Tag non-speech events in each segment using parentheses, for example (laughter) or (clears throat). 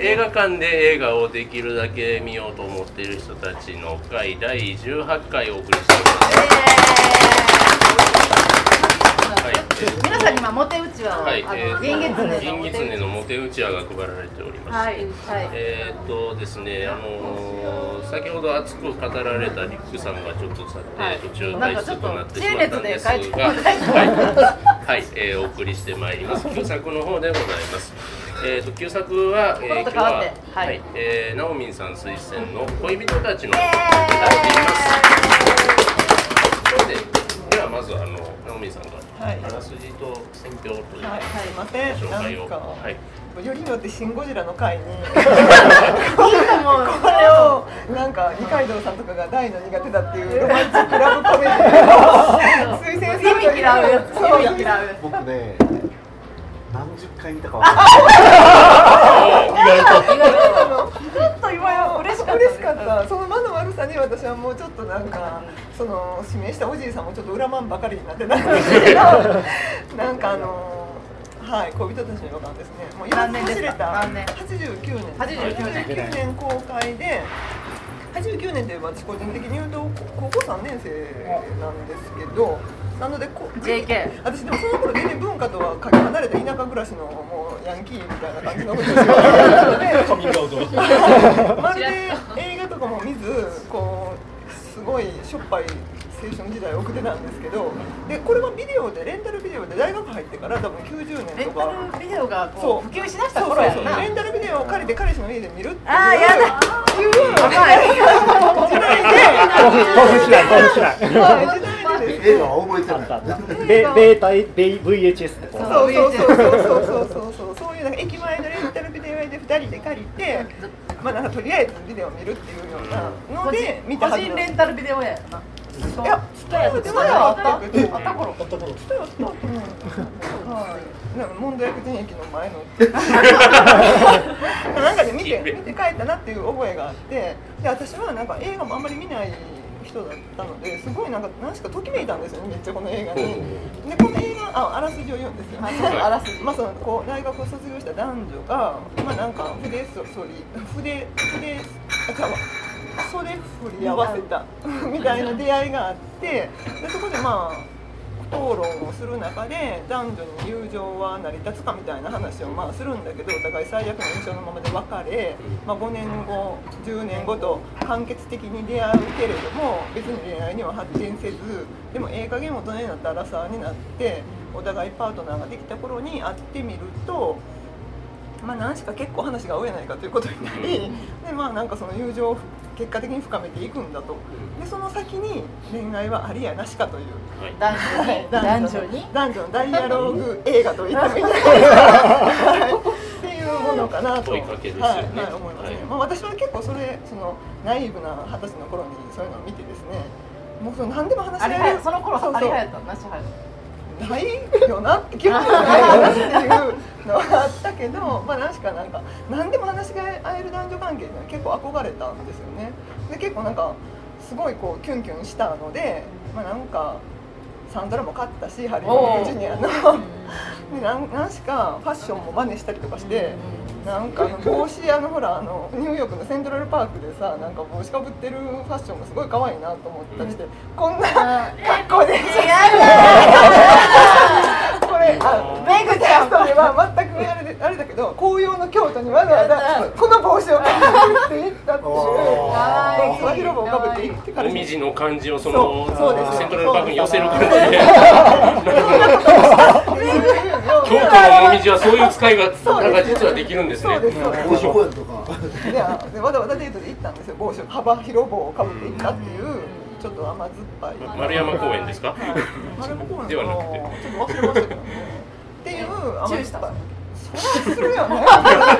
映画館で映画をできるだけ見ようと思っている人たちの会第18回お送りしております。はい、皆さんに今モテうちわを、はい、あえのー銀月ね銀月ねのモテうちわが配られております。はいはいえーっとですね、あのー先ほど熱く語られたリックさんがちょっとさて、はい途中なん退かちょっ出となっとて知し恵まっ熱たんでですが、帰はっていこない、はいえーお送りしてまいります。旧作の方でございます。えーっと旧作は、えコーロッ今と日変わは、っては、はいいえーナオミンさん推薦の恋人たちの、イエそれでではまずあのナオミンさんが、はいあらすじと選評というはい、すいませ紹ん。な介を、んか、はい。よりによってシンゴジラの (laughs) 回に。ーイいいと思うこれを、なんか、二階堂さんとかが大の苦手だっていうロマンチックラブコメデ (laughs) ィを。推薦すると意味嫌うやつそう意味嫌う僕ね何十回見たかわかんない意外とちょっと今嬉しかった (laughs) 嬉しかったその間の悪さに私はもうちょっとなんかその指名したおじいさんもちょっと恨まんばかりになってたんですけどなんかあのはい恋人たちの予感ですねもう何年ですか知れた何年89年89年89年公開で89年で私個人的に言うと高校3年生なんですけどなのでこ JK 私でもその頃全然文化とはかけ離れた田舎暮らしのもうヤンキーみたいな感じのことをしてたのでカミングアウトまるで映画とかも見ずこうすごいしょっぱい青春時代を送ってたんですけどでこれはビデオでレンタルビデオで大学入ってから多分90レ年ンとタか。ルビデオがそこうう普及しだしたそう頃そうやそんうなレンタルビデオを借りて彼氏の家で見るっていうあーやだい興奮しない興奮 (laughs) しないう時代ではい時代でですね映画は覚えてあったあなっいたベベータイベイ VHS ってこそうそうそうそうそうそうそうそううそうそういうなんか駅前のレンタルビデオ屋で2人で借りてまあなんかとりあえずビデオ見るっていうようなの個人で見た個はず人レンタルビデオ屋やないやスタではあったけどあった頃スタヤあったはいなんかモンド薬人駅の前のなんかで見て見て帰ったなっていう覚えがあってで私はなんか映画もあんまり見ない人だったのですごいなんか何しかときめいたんですよねめっちゃこの映画に。でこの映画ああらすじを言うんですよ、あらすじまあそのこう大学を卒業した男女がまあなんか筆そそり筆筆あ違うわそれ振り合わせたみたいな出会いがあってでそこでまあ討論をする中で男女に友情は成り立つかみたいな話をまあするんだけどお互い最悪の印象のままで別れ、まあ、5年後10年後と完結的に出会うけれども別に恋愛には発展せずでもええ加減大人になったらさになってお互いパートナーができた頃に会ってみると。まあ、何しか結構話が合うやないかということになりで、まあ、なんかその友情を結果的に深めていくんだとでその先に恋愛はありやなしかというはい男女に男女に男女のダイアローグ映画と言ってもいいんじゃないですかはいっていうものかなと問いかけですよねはいはい、思いますね、はいまあ、私は結構それそのナイーブな二十歳の頃にそういうのを見てですねもうその何でも話しあれ合えはるその頃そうあそれうはやったなしはやっないよなって記憶がないよなっていうのはあったけどまあ何しかなんか何でも話が合える男女関係には結構憧れたんですよねで結構なんかすごいこうキュンキュンしたのでまあなんかサンドラも買ったしハリー・ジュニアのでなんなんしかファッションも真似したりとかして。なんかあの帽子あのほらあのニューヨークのセントラルパークでさなんか帽子かぶってるファッションがすごい可愛いなと思ったりして、こんな格好でこれあメグちゃんそれは全くあれであれだけど紅葉の京都にわざわざこの帽子をかぶって行ったっていうおーあーその広場をかぶって行ってからおみじの感じをそのそうそうですセントラルパークに寄せる感じで京京都のもみじはそういう使い方が実はできるんですねそうですそうです五十公演とかいやでわざわざデートで行ったんですよ帽子幅広帽をかぶって行ったっていうちょっと甘酸っぱい丸山公園ですか丸山公園 (laughs) ではなくてちょっと忘れましたけどねっていう注甘酸意っしたぱいそうするよね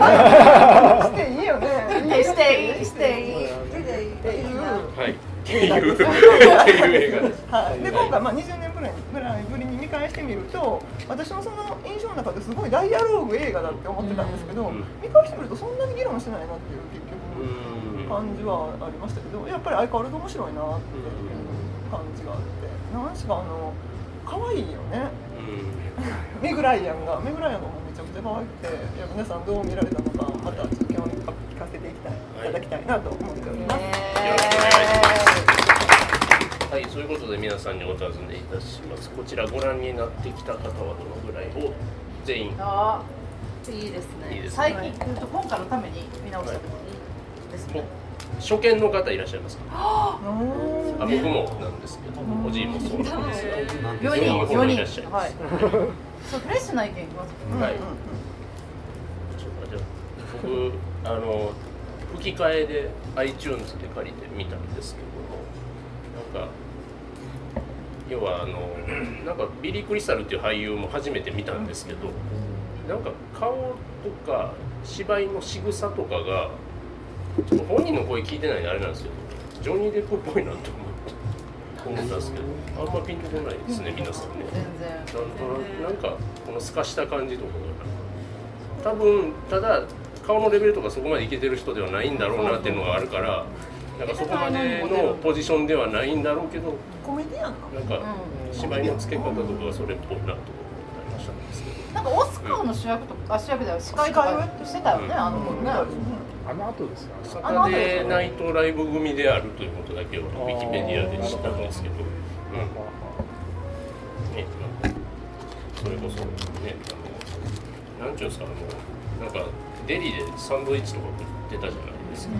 していいよねてしていいしていいっていうはいっていうっていう映画ですはい、で今回まあ20年ぐらいぐらいぶりに見返してみると私のその印象の中ですごいダイアローグ映画だって思ってたんですけど、うん見返してみるとそんなに議論してないなっていう結う局ん感じはありましたけどやっぱり相変わらず面白いなっていう感じがあってなんしかあの可愛いよねうんメグライアンがメグライアンがもうめちゃくちちゃ可愛くていや皆さんどう見られたのかまたちょっと興味深く聞かせていきたい,、はいい、ただきたいなと思っております。よろしくお願いします。はい、そういうことで皆さんにお尋ねいたします。こちらご覧になってきた方はどのぐらいを全員あーいいですねいいですね最近、えっと今回のために見直した時にですもうね、初見の方いらっしゃいますか。あ、あ僕もなんですけど、おじいもそうなんですが。四四人人ほど四いらっしゃ人いまはいすそうフレッシュな意見いきますうんはいうんうんそうかじゃあ僕あの吹き替えで iTunes で借りて見たんですけどもなんか要はあのなんかビリー・クリスタルっていう俳優も初めて見たんですけどなんか顔とか芝居の仕草とかがちょっと本人の声聞いてないんであれなんですけどジョニー・デップっぽいなと思って思ったんですけどあんまピンとこないですね皆さんね。全然なんとななんかこの透かした感じとかが多分ただ顔のレベルとかそこまでいけてる人ではないんだろうなっていうのがあるからなんかそこまでのポジションではないんだろうけどコメディアンなのなんか芝居の付け方とかがそれっぽいなと思ったりしたんですけどなんかオスカーの主役とか、あ主役だよ司会とかしてたよねあの子ね、あの後ですよ。あのサタデーナイトライブ組であるということだけをウィキペディアで知ったんですけど、うんね、なんかそれこそねあのなんていうんですかあのなんかデリでサンドイッチとか売ってたじゃないですか、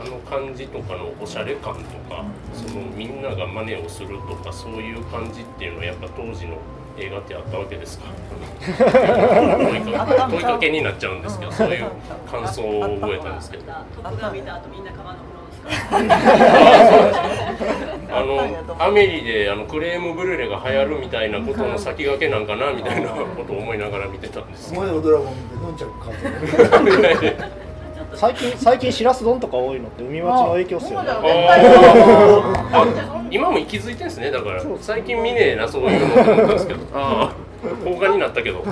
あの感じとかのおしゃれ感とか、そのみんなが真似をするとかそういう感じっていうのはやっぱ当時の映画ってあったわけ (laughs) ですか問いか問いかけになっちゃうんですけどそういう感想を覚えたんですけどあトップガン見た後みんな川のフローですかのアメリであのクレームブルーレが流行るみたいなことの先駆けなんかなみたいなことを思いながら見てたんですおけ前のドラゴンで飲んちゃうか。どみんなで最近最近しらす丼とか多いのって海町の影響っすよねあ (laughs) あ今も気づいてんですねだから最近見ねえなそういうのと思ったんですけど (laughs) ああ放火になったけど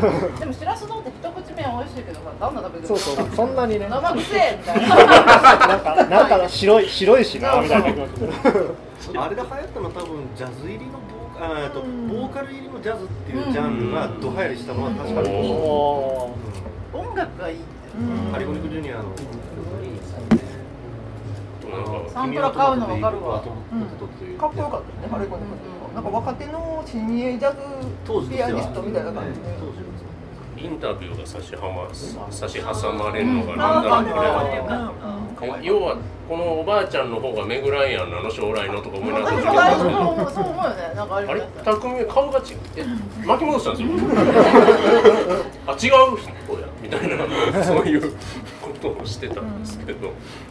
でもしらす丼って一口目は美味しいけどほら旦那食べてそるうそうそんなにねなん生臭えみたいなかなんか白い白いしなみたいなあれが流行ったのは多分ジャズ入りのボーカあえっとボーカル入りのジャズっていうジャンルがドハヤりしたのは確かに、ううんんおー音楽がいいってハリコニクジュニアのなんかサントラ買うの分かるわかっこよかったね、ハレコうネんうんなんか若手のシニエジャズピアニストみたいな感じで。インタビューが差しはま差し挟まれるのがなんだろうこれは要はこのおばあちゃんの方がメグライアンなの将来のとか思いながら私も聞いてたんですけどそう思うよねなんかあれあよれね匠顔が違って巻き戻したんですよ (laughs) あ違う人やみたいなそういうことをしてたんですけど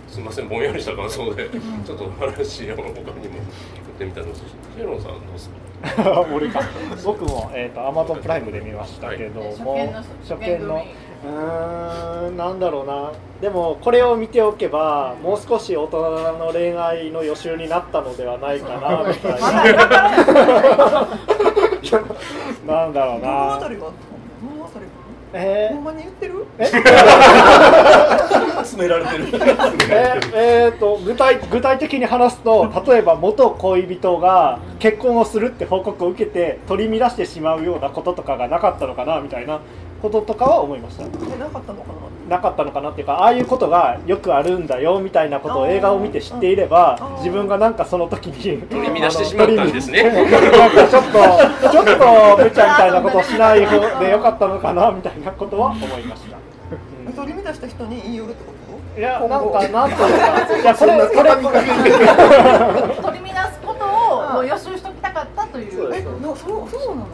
すいませんぼんやりした感想でちょっとお話を他にも振ってみたんですけどシェロンさんどうですか (laughs) 俺か僕も、えー、と Amazon プライムで見ましたけども、はい初見の初見のうーんなんだろうなでもこれを見ておけばもう少し大人の恋愛の予習になったのではないか (laughs) なみたいまだ今からやな (laughs) なんだろうな物語があった。物語が。えほんーまに言ってる？詰められてるえーえーと具体具体的に話すと例えば元恋人が結婚をするって報告を受けて取り乱してしまうようなこととかがなかったのかなみたいなこととかは思いました。えなかったのかな。なかったのかなっていうかああいうことがよくあるんだよみたいなことを映画を見て知っていればあー自分がなんかその時に取り乱してしまったんですねあの取り乱 (laughs) なんかちょっとちょっと無茶みたいなことをしない方でよかったのかなみたいなことは思いました。うん取り乱した人に言い寄るってこと？いやなんかなんというかいやこれこれこれ取り乱すことをもう予習しときたかったというえ、なそうそうなの？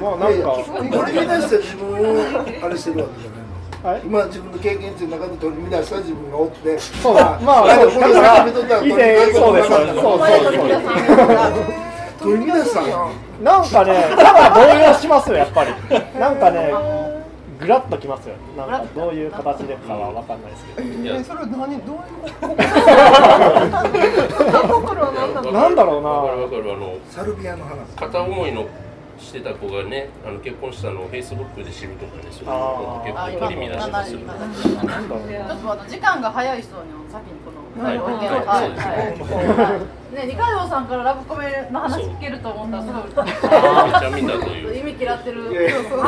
もうなんか取り乱した自分をあれしてるわけじゃないの。はい今自分の経験値の中で取り乱した自分がおって。そうだまああそでうもだからこれだけ以見とったら前そうですそうですそうこれ取りで乱取り乱すさんがしたんや。なんかねなんか動揺しますよやっぱりなんかねグラッときますよなんかどういう形でかは分かんないですけどえ、それ何どういう心？心は何なの？なんだろうなわかるわかるあのサルビアの花。片思いのしてた子がねあの結婚したのをフェイスブックで知るとかねそういうあーの結あ構今取り乱し今まだすよね今だちょなんだろうっとあの時間が早い人に先にこのはいはいはいはいそうですね、ね二階堂さんからラブコメの話聞けると思ったらすごい嬉しいあーめっちゃ見たとちょっという。意味嫌ってるいやいやそうそう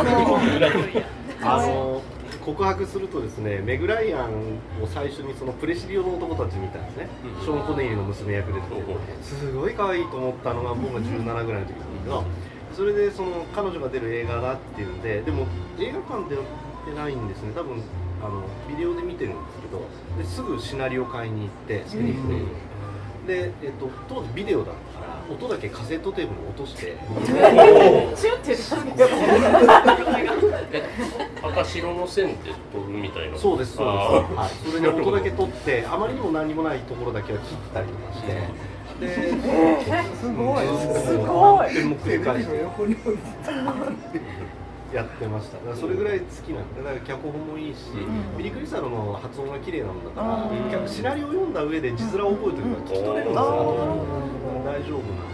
あの告白するとですねメグライアンを最初にそのプレシリオの男たち見たんですね、うんショーン・コネリーの娘役で出てほうほうすごい可愛いと思ったのが僕が17ぐらいの時なんだけどそれでその彼女が出る映画だっていうんででも映画館でやってないんですね多分あのビデオで見てるんですけどですぐシナリオ買いに行ってスクリプトにで、えっと、当時ビデオだったから音だけカセットテープに落と (laughs) してチューって言ったんですけ赤白の線って取るみたいな。そうですそうです、あはーい、それで音だけ取ってあまりにも何にもないところだけは切ったりとかしてですごいすもごう何い遍も繰り返しのて横に置いてやってましただからそれぐらい好きなんでだから脚本もいいし、ビリー・クリスタルの発音が綺麗なんだから、うん逆にシナリオを読んだ上で字面を覚えてるから聞き取れるんですよ、うん大丈夫なん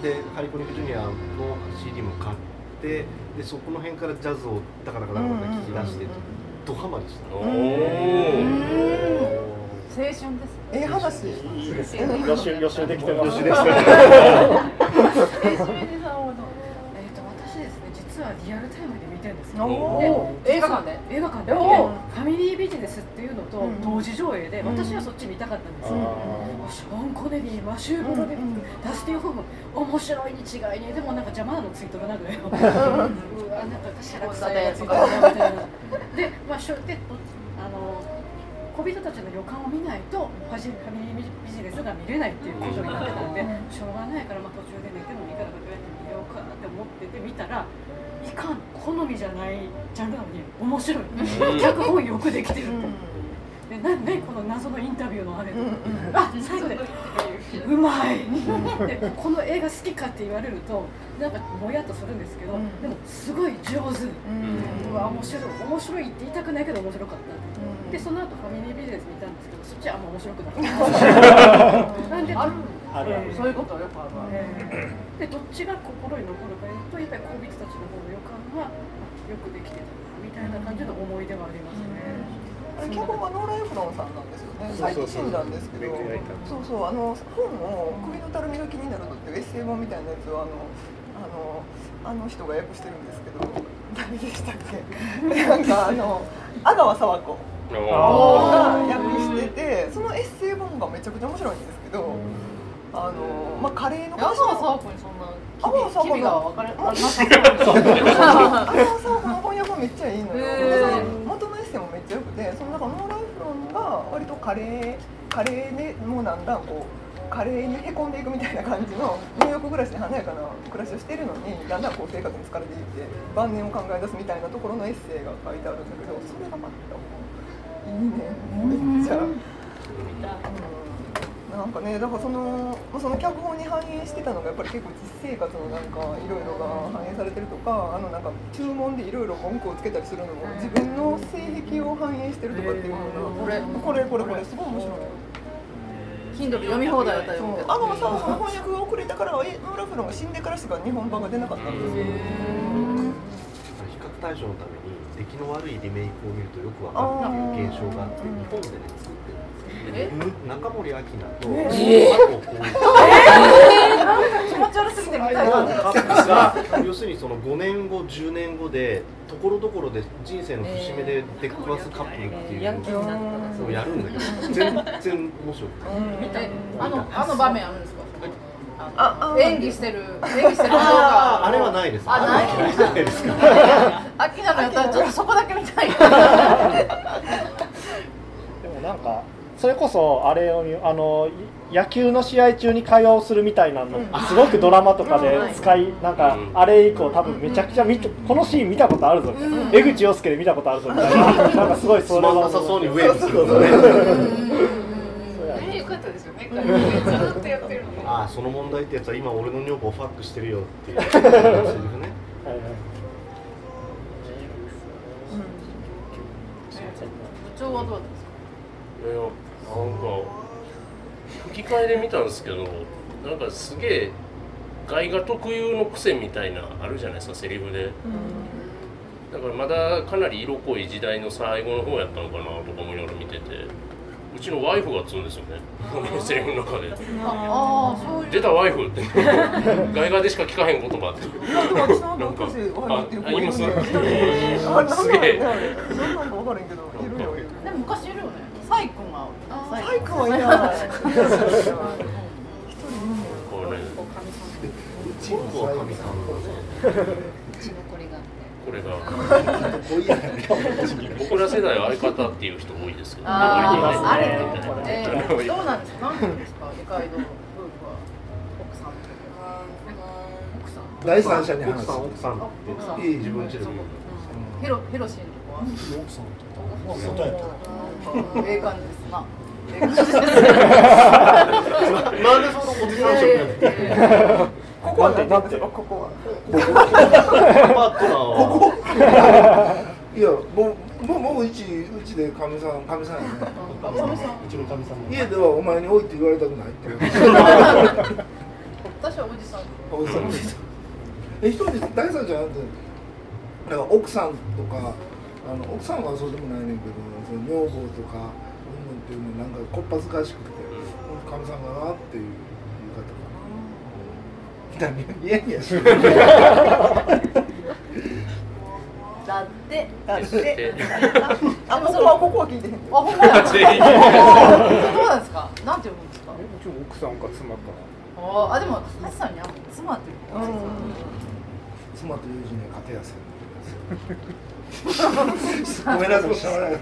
ででカリコニック・ジュニアの CD も買ってでそこの辺からジャズをだからかなんか聞き出して、ドハマりしたおーど青春ですねええ話予習予習できてます。え清水さんはどうえっと私ですね実はリアルタイムで見てるんですよお映画館で映画館で見ておフーァミリービジネスっていうのとうん同時上映でうん私はそっち見たかったんですあよーショーン・コネリー、マシュー・ブロディダスティン・フーム、面白いに違いね、でもなんか邪魔なのついとらなくね、うわ、なんか私らくさいやつがみたいな。で、まあ、しょでどあの小人たちの予感を見ないと、ファジファミリービジネスが見れないっていうことになってたんで、しょうがないから、まあ、途中で寝てもいいから、とりあえず見ようかなって思ってて、見たら、いかん、好みじゃないジャンルなのに、面白うんい、脚本よくできてるう。んで、な何この謎のインタビューのあれ。うんあ、最後で。うまいでこの映画好きかって言われるとなんかもやっとするんですけど、うんでもすごい上手、うんうわ面白い面白いって言いたくないけど面白かったでその後ファミリービジネス見たんですけどそっちはあんま面白くなかったなんであるあるあるそういうことはよくあるわえーでどっちが心に残るかいうとやっぱり恋人たちの方の予感はあよくできてたなみたいな感じの思い出はありますね、あれ脚本はノーライフロンさんなんですよね最近なんですけどそうそうあの本を「首のたるみが気になるの」っていうエッセイ本みたいなやつをあのあのあの人が訳してるんですけど誰でしたっけなんかあの阿川佐和子あが訳しててそのエッセイ本がめちゃくちゃ面白いんですけどあのまあカレーの山話川の沢子にそん阿川な佐和機子微がの分かれありました阿川佐和子の翻訳もめっちゃいいのよ、へー元のエッセイもめっちゃよくてその中ノーライフロンが割とカレーカレーでもうなんだこうカレーにへこんでいくみたいな感じのニューヨーク暮らしで華やかな暮らしをしているのにだんだんこう生活に疲れていって晩年を考え出すみたいなところのエッセイが書いてあるんだけどそれがまたいいねめっちゃ。うんなんかね、だからそのまあその脚本に反映してたのがやっぱり結構実生活のなんかいろいろが反映されてるとかあのなんか注文でいろいろ文句をつけたりするのも自分の性癖を反映してるとかっていうようなこれこれこれこれすごい面白い。 Kindle 読み放題だったそよう、阿川さんの翻訳が遅れたからえノーラフロンが死んでからしか日本版が出なかったんですよ。比較対象のために出来の悪いリメイクを見るとよくわかるっていう現象があって日本でね作ってるんですよ中森明菜と気持ち悪すぎてみたい佐藤浩市のなカップルが要するにその5年後10年後でところどころで人生の節目で出くわすカップルっていううのんをやるんだけど全然面白くないえあのあの場面あるんですかああ演技してる演技してるかどうかあれはないですあないあれはないですかアキナのやったらちょっとそこだけ見たいあでもなんかそれこそあれを見あのい野球の試合中に会話をするみたいなの、すごくドラマとかで使い、なんかうんあれ以降多分めちゃくちゃ見てこのシーン見たことあるぞみたいな、うん江口洋介で見たことあるぞみたいななんかすごいつそれまんなはさそうにウェーブするんだね良かったですよね。ずっとやってるの。ああその問題ってやつは今俺の女房をファックしてるよっていう話ですねはいはい部長はどうだったんですかいやなんか吹き替えで見たんですけどなんかすげえ外画特有の癖みたいなあるじゃないですかセリフでだからまだかなり色濃い時代の最後の方やったのかなとかもいろいろ見ててうちのワイフがつうんですよねセリフの中でああそうい「う出たワイフ」って (laughs) 外画でしか聞かへん言葉ってなんか私の同級生おはようっていう子いるんだよ (laughs) あいますあなんすなんげえやろねあれなんなんか分からへんけどいるよでも昔いるよねサイ君があー体育はいない一これおかみさんうちの子は神様なんだねちのこりがあってこれがこういう僕ら世代は相方っていう人多いですけどあああ割るにねねこれね (laughs) どうなんですか何なんですか二階堂夫婦は奥さんと奥さん第三者に奥話さんす。奥さん奥っさんて自分ちでも言うのヘロヘロシンとか奥さんとか。外やった。はええ感じですなええ感じですねなんでそのおじさん職なんだここは何て言うだんですかってここはパートナーはここ。いや、もう、もう、もう、うち、うちで、かみさん、かみさんやね。うちの神様家では、お前においって言われたくないって言う。私はおじさんおじさんえ、一人で、第三者じゃなくて。だから、奥さんとか。あの、奥さんはそうでもないねんけど、その女房とか。うんっていうの、なんか、こっぱずかしくて。かみさんかなっていう。言い方かな。何、ニ (laughs) ヤニヤしてる。だってだっでてあここはここは聞いてへんあほんまや全員どうなんですかなんて呼ぶんですかちも奥さんか妻かあーあでも橋さんにあんま妻って呼ぶ妻と友人には勝てやせ (laughs) ん。ごめんなさい、しゃべらない。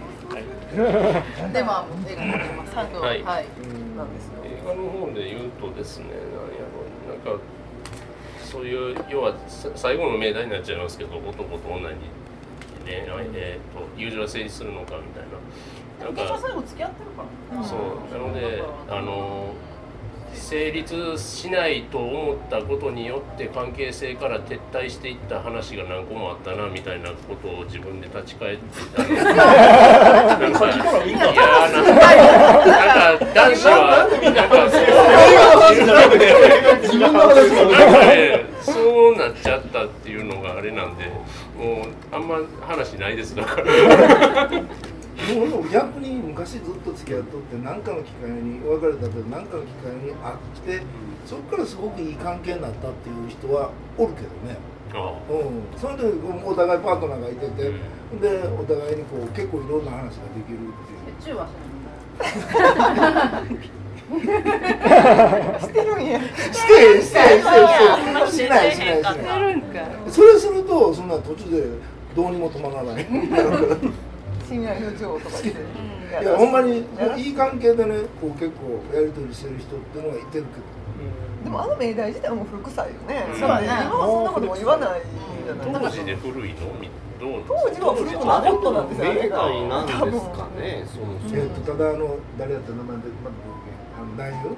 でまあ映画になってますけどはいはいなんですよ映画の方で言うとですねなんやろなんかそういう要はさ最後の命題になっちゃいますけど男と女に恋愛、えー、と友情は成立するのかみたでいもな私はなんか最後付き合ってるからねそうなのでだあの成立しないと思ったことによって関係性から撤退していった話が何個もあったなみたいなことを自分で立ち返っていたなんかいやなんかなんか男子はなんか自分の話なんかね、そうなっちゃったっていうのがあれなんで、もうあんま話ないですだから。もうでも逆に昔ずっと付き合っとって何かの機会に別れたけど何かの機会に会ってそこからすごくいい関係になったっていう人はおるけどね、あうん、その時お互いパートナーがいてて、うんでお互いにこう結構いろんな話ができるっていう中はそのしてるんやしてしてしてしてしないしないしないそれするとそんな途中でどうにも止まらない (laughs) 深夜の女王とかしていやほんまにやもらうしいい関係でねこう結構やり取りしてる人っていうのはいてるけどでもあの命題自体はもう古臭いよねうんだって今はそんなことも言わないじゃない当時で古いのみどうなん当時は古くなかったなんですよ明あれが快なんですかねそのえっと、ただあの誰だった名前でまだあの男優あ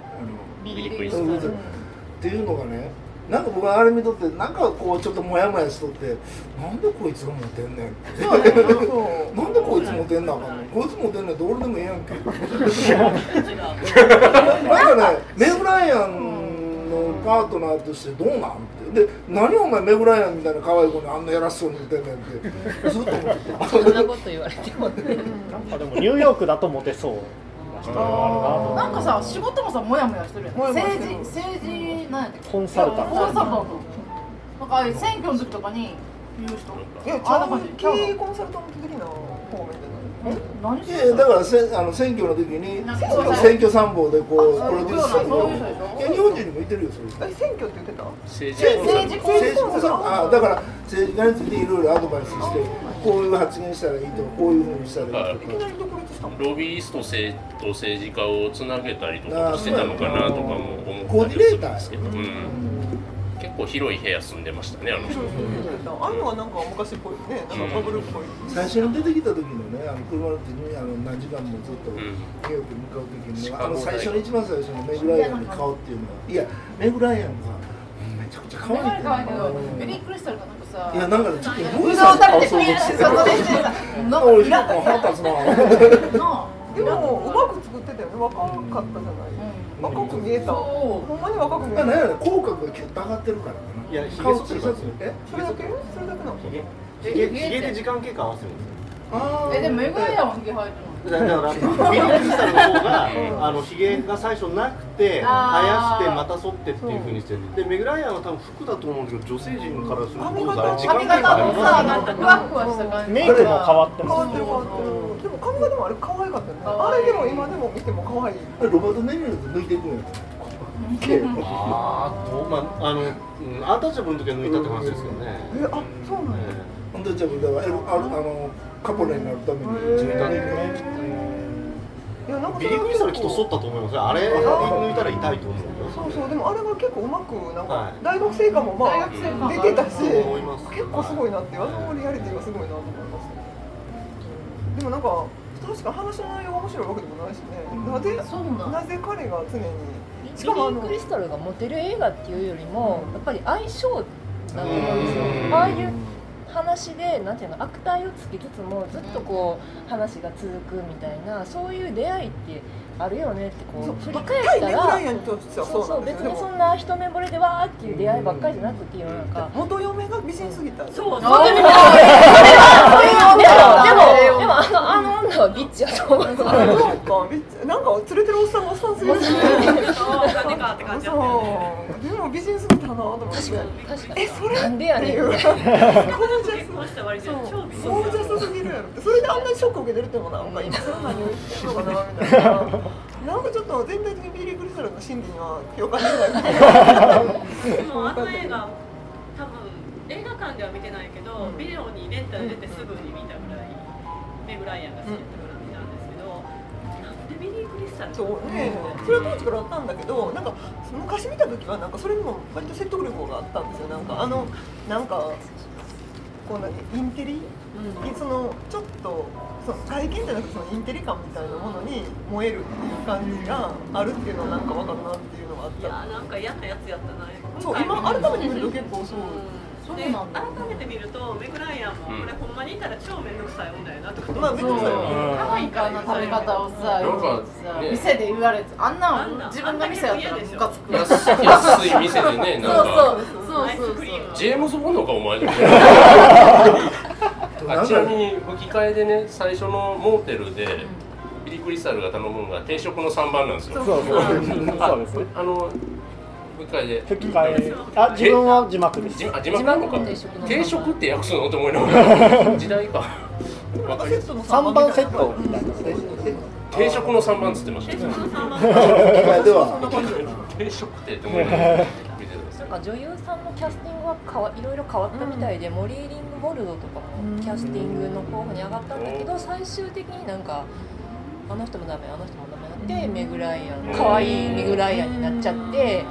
ビリクイスのうんっていうのがねなんか僕はあれ見とってなんかこうちょっとモヤモヤしとってなんでこいつがモテんねんって多分そうそうなんでこいつモテんなあかんのこいつモテんねんどうでもええやんけなんかねメグライアンのパートナーとしてどうなんってで何お前メグライアンみたいな可愛い子にあんな偉そうに言ってんねんってずっと思ってたそんなこと言われてもなんかでもニューヨークだとモテそうな人があるなとなんかさ仕事もさモヤモヤしてるやんモヤモヤして政る治政治なんやったっけコンサルタントコンサルタントなんかああいう選挙の時とかに言う人いや、ちあゃなんんかと経営コンサルタント的な方面じゃない。何いしてやいやるだからせあの選挙の時になんかそうだね選挙参謀でこあうプロデュースするそうのいう人でしょいや日本人にもいてるよそれえ、選挙って言ってた。政政治治コン政治コンサルあだから政治家についていろいろアドバイスしてこういう発言したらいいとかこういうふうにしたらいいといきなり独立したもん。ロビースト政と政治家をつなげたりとかしてたのかなとかもコ思っーデたィネりもするんーターですけど、うん、結構広い部屋住んでましたねあの人。ああいうのはなんか昔っぽいね、なんかバブルっぽい。最初に出てきた時のねあの車の手にあの何時間もずっとニューヨークに向かう時にシカあゴの最大初の一番最初のメグライアンの顔っていうのはいやメグライアンがめちゃくちゃ可可愛いんだ愛いけよどベビークリスタルがなんかさいやなんかちょっとうムーどさんんの食顔想像べてピしーっててた外でしてさあの俺イなんラか腹立つッなとなでも、うまく作ってたよね、若かったじゃない。若く見えた。そほんまに若く見えまあ、なんやた。ろ口角がキュッと上がってるからかな。いやひげ顔剃ってるからですよえそれだけ、それだけなの。ひげひげで時間経過合わせるんですよあうえでもメガヤはヒゲ生えてるのだだからビリー・クリスタルの方があのひげが最初なくて生やあーしてまた剃ってっていうふうにしてるでメグライアンは多分服だと思うんですけど女性陣からすると髪型だいぶ時間髪か型かもりまさ、なんかふわふわした感じ。メイクも変わって変まわすってる変わってるでも髪型もあれ可愛かったよねあれでも今でも見ても可愛いあれロバート・ネミルズ抜いていくんやつ毛すああどうまああの、うん、アンタッチャブルの時は抜いたって話ですけどね、えあそうなんやほんとじゃあだからあのあのカポネになるために自分で抜いたいやなんかビリー・クリスタルきっと剃ったと思いますよあれ抜いたら痛いと思うそうそうでもあれが結構うまくなんはかい大学生感もま大あ学生感出てたし思います結構すごいなっていうあのリアリティがすごいなと思いますでもなんか確か話の内容が面白いわけでもないしねなぜそうなんなぜ彼が常にしビリかもあー・のクリスタルがモテる映画っていうよりもやっぱり相性だと思うんですうんよああいう話でなんていうの悪態をつきつつもずっとこう話が続くみたいなそういう出会いってあるよねってこう振り返対ったメグラらイアンにとってはそうそうそなんうです別よでにそもんな一目惚れでわーっていう出会いばっかりじゃなくて世の中元嫁が美人すぎたそううそうでもでもでだもでもあのあの女はビッチやと思うそうかめっちゃなんか連れてるおっさんがおっさんすぎるしねそうだねかって感じだったよねそうでも美人すぎたなと思って確かにえそれなんでやっね (laughs) ていんうって結婚した割にそうは超美人ゴージャスすぎるやろってそれであんなにショック受けてるってもなんか今そんなに言ってるのかなみたいななんかちょっと全体的にビリー・クリスタルの心理には共感できないみたいでもあの映画多分映画館では見てないけど、うんビデオにレンタル出てすぐに見たぐらいメグライアンが好きだったから見たんですけど、なんでビリー・クリスタルなそうねそれは当時からあったんだけどなんか昔見た時はなんかそれにも割と説得力があったんですよなんかあのなんかこう何インテリそのちょっとその外見じゃなくてそのインテリ感みたいなものに燃えるっていう感じがあるっていうのはなんか分かるなっていうのがあっいたやなんか嫌なやつやったなそう回今改めて見ると結構そううんで改めて見るとメグライアンもこれほんまにいたら超面倒くさい女やなとかまあ別にそうよ可愛いからな食べ方をなんかさ、ね店で言われて、あんなあんんな自分が店やったらムカつく。安安い店でね、なんか、そうアイそうスそうクリームジェームズ・ボンドか、お前みたいな。あちなみに、吹き替えでね、最初のモーテルで、ビリー・クリスタルが頼むのが定食の3番なんですよ。そうそうそうですねあの、吹き替えで。吹き替えあ自分は字幕ですじあ字幕なのか字幕の定定食の食って訳すのと思いながら時代かでもなんかセットの3番セットみたいな (laughs) 定食の3番っつってましたそよのさんは機械では (laughs) 定食ってって思いながら見てたんですなよんか女優さんのキャスティングは変わいろいろ変わったみたいで、モリー・リング・ボルドとかもキャスティングの候補に上がったんだけど、最終的になんかあの人もダメあの人もダメになって、メグライアン可愛いメグライアンになっちゃって、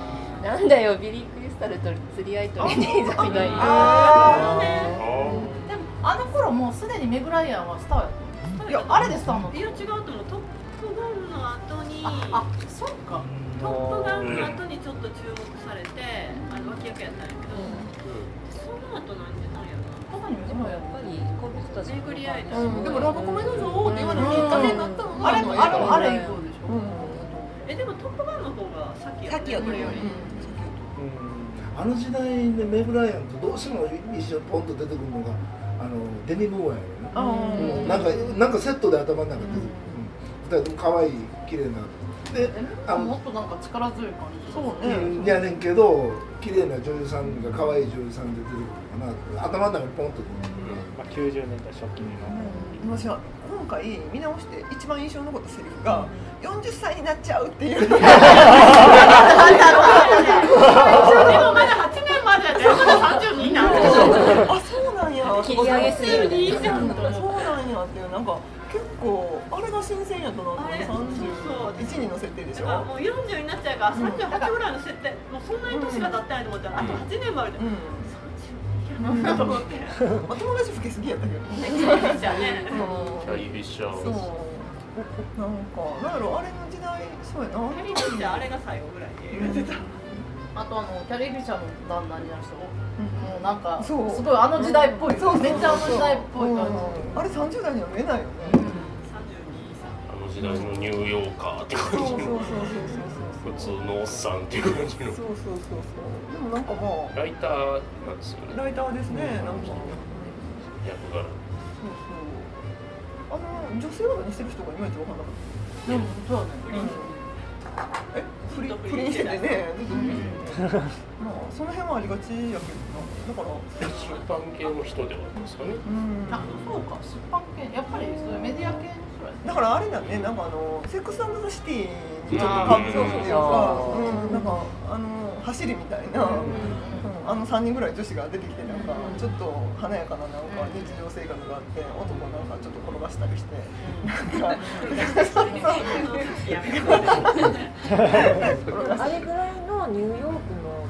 なんだよビリー・クリスタルと釣り合いとリネーザみたいな。あーあーでもあの頃もうすでにメグライアンはスターやったいやあれでスターなのいや違うと思うトップガンの後にああそうかトップガンの後にちょっと注目されて、あの脇役やったんやけど、その後なんでなんやパパにもででももやっやっぱぱりりこの人たちの巡り合えたうしんでもラブコメの女王って言われるきっかけになったのがあれのも映あれ画もあれ以降でしょえでもトップガンの方がさっきやったよこれより、あの時代でメブライアンとどうしても一緒にポンと出てくるのがあのデミムーアンやねあーうんなんかなんかセットで頭の中で出てくる、うん、2人とも可愛い綺麗なであものっとなんか力強い感じそううねやねんけど綺麗な女優さんが可愛い女優さんで出てくるのかな頭の中にポンと出てくるまあ90年代初期の私は今回見直して一番印象に残ったセリフが40歳になっちゃうって (laughs) いうでもまだ8年までやでまだ32なんであそうなんや切り上げすぎるみたいなそうなんやっていうなんか結構あれが新鮮やったなと思っあてれそう31人の設定でしだからょもう40になっちゃうから38ぐらいの設定もうそんなに年が経ってないと思ったらあと8年もあるじゃんう32やなと思ってん、まあ、友達老けすぎやったけどねじゃあねキャリー・フィッシャーそうなんかなんやろあれの時代そうやなキャリーとしてあれが最後ぐらいで映画出たあとあのキャリー・フィッシャーの旦那になる人うんもうなんかすそうごいあの時代っぽいめっちゃあの時代っぽい感うんあれ30代には見えないよね32歳あの時代のニューヨーカーってそう感そうそうじそうそのう普通のおっさんっていう感じのそうそうそうそうでもなんかまライターなんですよあねライターですねなんかそうそう役柄あの女性とかにしてる人がいまいち分かんなかった。でも、そうだね。え、不倫、不倫しててね、ずっと不倫して (laughs) てね。まあ、その辺はありがちやけどな。だから、出版系の人ではあるんですかね。うん。あ、そうか、出版系、やっぱりそういうメディア系の人らね。だからあれだね、なんかあのセックスアンドザシティにちょっと感動っていうか、あーうん、なんかあの走りみたいな、うんあの3人ぐらい女子が出てきてなんかちょっと華やかななんか日常生活があって男なんかちょっと転がしたりして、なんかそうそうやめようあれぐらいのニューヨークの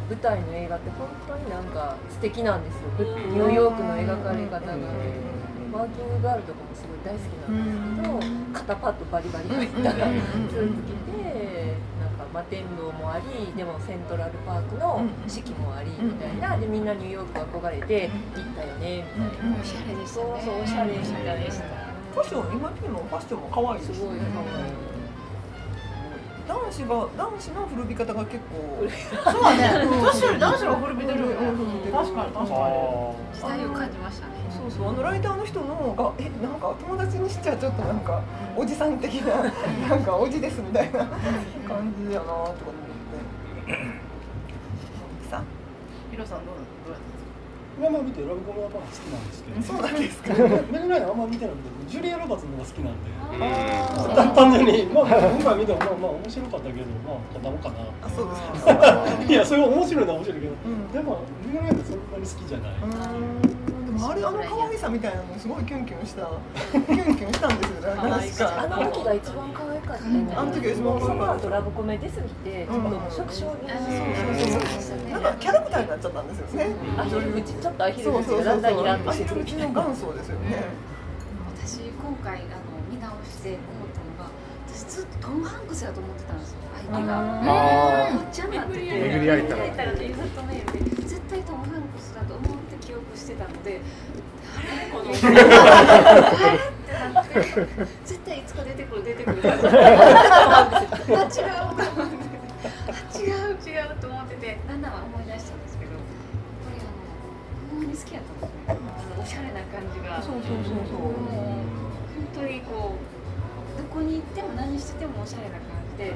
舞台の映画って本当になんか素敵なんですよ、ニューヨークの描かれ方が、ワーキングガールとかもすごい大好きなんですけど、肩パッドバリバリ入ったスーツ着てなんか摩天楼もありでもセントラルパークの四季もありみたいなでみんなニューヨーク憧れて行ったよねみたいな、うんおしゃれでしたそうそうおしゃれでしたファッション今見てもファッションも可愛いすしごい可愛い男子が男子の古び方が結構そうだね。女子より男子が古びてるよねうん古びて。る確かに確かあ時代を感じましたね。そうそうあのライターの人のがえなんか友達にしちゃちょっとなんかおじさん的ななんかおじですみたいな感じやなとか思って。さに。ヒロさんどうだったどうだっ僕はまあ見てラブコメはまあ好きなんですけどそうなんですか。メルライアンあんま見てないんでジュリア・ロバーツの方が好きなんでうんだったのにまあ今回見てもまあまあ面白かったけどまあこんなもんかなあそうですか。いやそれは面白いのは面白いけど、んでもメルライアンってそんなに好きじゃない、うーんでもあれあの可愛さみたいなのすごいキュンキュンしたキュンキュンしたんですよね。可愛い確あかの時が一番可愛かったよね。あの時が一番可愛かったその後ラブコメ出すぎて、ちょっと触傷になりそうそうそうそうなんかキャラクターになっちゃったんですよね。アヒル口、ちょっとアヒルそう口そうそうがだそんだんイう。ラッとアしヒてくルる。口の元祖ですよね。私今回あの見直して思ったのが、私ずっとトムハンクスだと思ってたんですよ。相手が。あこっちゃになってて巡り合えたら巡り合ってずっとね絶対トム・ハンクスだと思って記憶してたのでこのあれってな (laughs) って絶対いつか出てくる出てくるってあ違うと思ってあ違う違うと思っててだんだんは思い出したんですけどやっぱりあのほんまに好きやったんですねあのおしゃれな感じがそうそうそうもうそう。本当にこうどこに行っても何しててもおしゃれな感じで、あ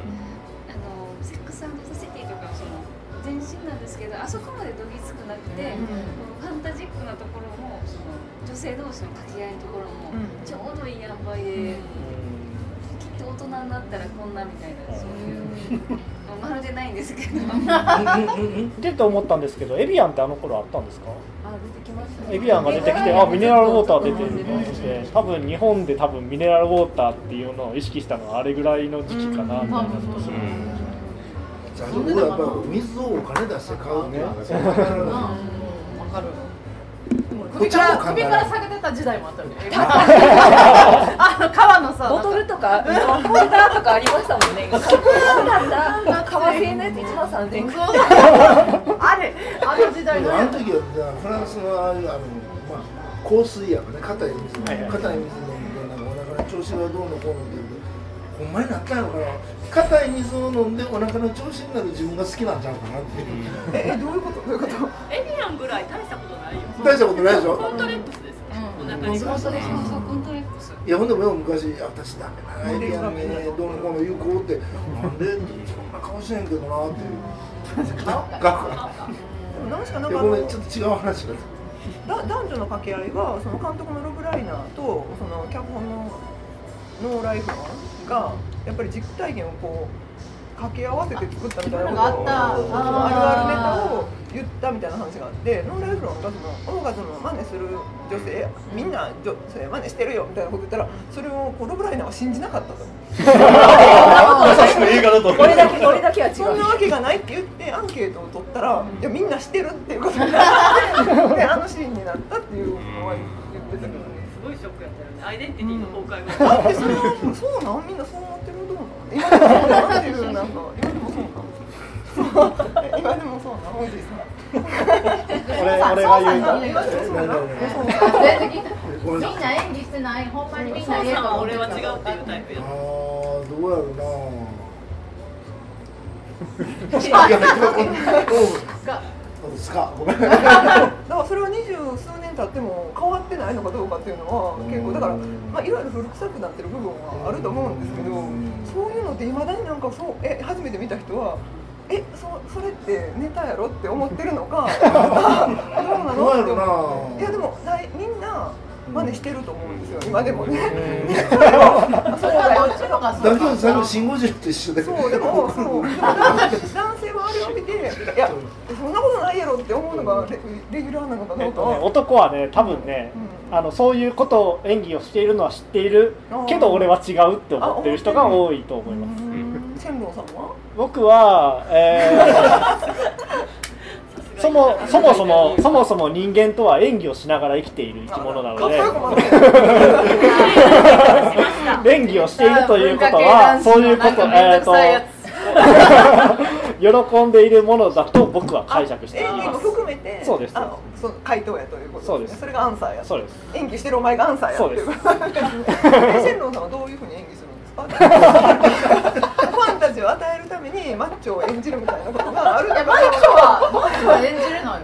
のセックスアンドザシティとかもその全身なんですけどあそこまでどぎつくなくて、こうファンタジックなところもその女性同士の掛け合いのところも、うんちょうどいい塩梅で、きっと大人になったらこんなみたいなそういう、まあまるでないんですけどーでと思ったんですけどエビアンってあの頃あったんですかあ、出てきましたね。エビアンが出てきて、あ、ミネラルウォーター出てるなって、多分日本で多分ミネラルウォーターっていうのを意識したのはあれぐらいの時期かなみたいな。じゃあ僕はやっぱり水をお金出して買うっていうのがそうわからた。なうん、わかる。い首から首から下げてた時代もあったよね。あの川のさ、ボトルとか、フォルダーとかありましたもんね。かっこよかった。革製のやつ一万三千円くらい。あれあの時代のあの時はじゃあフランスのああいうあの、まあ、香水やからね硬い水はいはい硬い水飲んでなんかお腹の調子がどうのこうのって言うけどほんまになったんやろかな硬い水を飲んでお腹の調子になる自分が好きなんちゃうかなっていうええどういうことどういうこと。エビアンぐらい大したことないよ。 (laughs) 大したことないでしコントレッょクスですね。お腹に。そうそうコントレックスいやほんでもよう昔「私ダメなアイディアねどうのこうの言う子ってなんでそんな顔してんけどな」ってい (laughs) う顔がでもなんしかなんいかやあごのめんちょっと違う話だだ男女の掛け合いはその監督のロブ・ライナーとその脚本のノーライフマンがやっぱり実体験をこう掛け合わせて作ったみたいあなそうそうそうそうああるあーるネタを言ったみたいな話があってノーライフマンがそのオーガズムを真似する女性みんな女性真似してるよみたいなこと言ったらそれをこうロブ・ライナーは信じなかったと優しく映画だと思う俺だけ、俺だけは違そんう。なわけがないって言ってアンケートを取ったらいやみんなしてるっていうことになってであのシーンになったっていうのは言ってたけどね。すごいショックやったよね。アイデンティティの崩壊だが。ってそれはそうなんみんなそう思ってるどうなん今でもそうなんっていうなんか今でもそうなん今でもそうなんおじいさん俺、俺が言うそうとそうそう今でもそうなん全然ごめんみんな演技してない。ほんまにみんなそう言えさんばは俺は違うっていうタイあプや。ーどうやろうな。いや、今この、うん、そうですかごめんだからそれは二十数年経っても変わってないのかどうかっていうのは結構だから、まあ、いわゆる古臭くなってる部分はあると思うんですけどそういうのっていまだになんかそうえ初めて見た人は。えそそれってネタやろって思ってるの (laughs) かあどうなのって思っていやでもだいみんな真似してると思うんですよ今でもねそれは (laughs) それはどっちのがだけど最後シンゴジラと一緒でそうでもそうでも男男性はあれを見ていやそんなことないやろって思うのがレレギュラーなのかえどっうかとね、は男はね多分ね、あのそういうことを演技をしているのは知っているけど俺は違うって思ってる人が多いと思います千ンさんは僕は、え (laughs) ーそもそもそもそもそも人間とは演技をしながら生きている生き物なので演技をしているということはそういうことえっ、と喜んでいるものだと僕は解釈してい演技まもす。含めてそうですあのその回答やということそうですそれがアンサーやそうです演技してるお前がアンサーやっていうそうで (laughs) え千ンさんはどういうふうに演技するんですか (laughs) ファンたちを与えるためにマッチョを演じるみたいなことがあるのかマッチョはマッチョは演じれないよね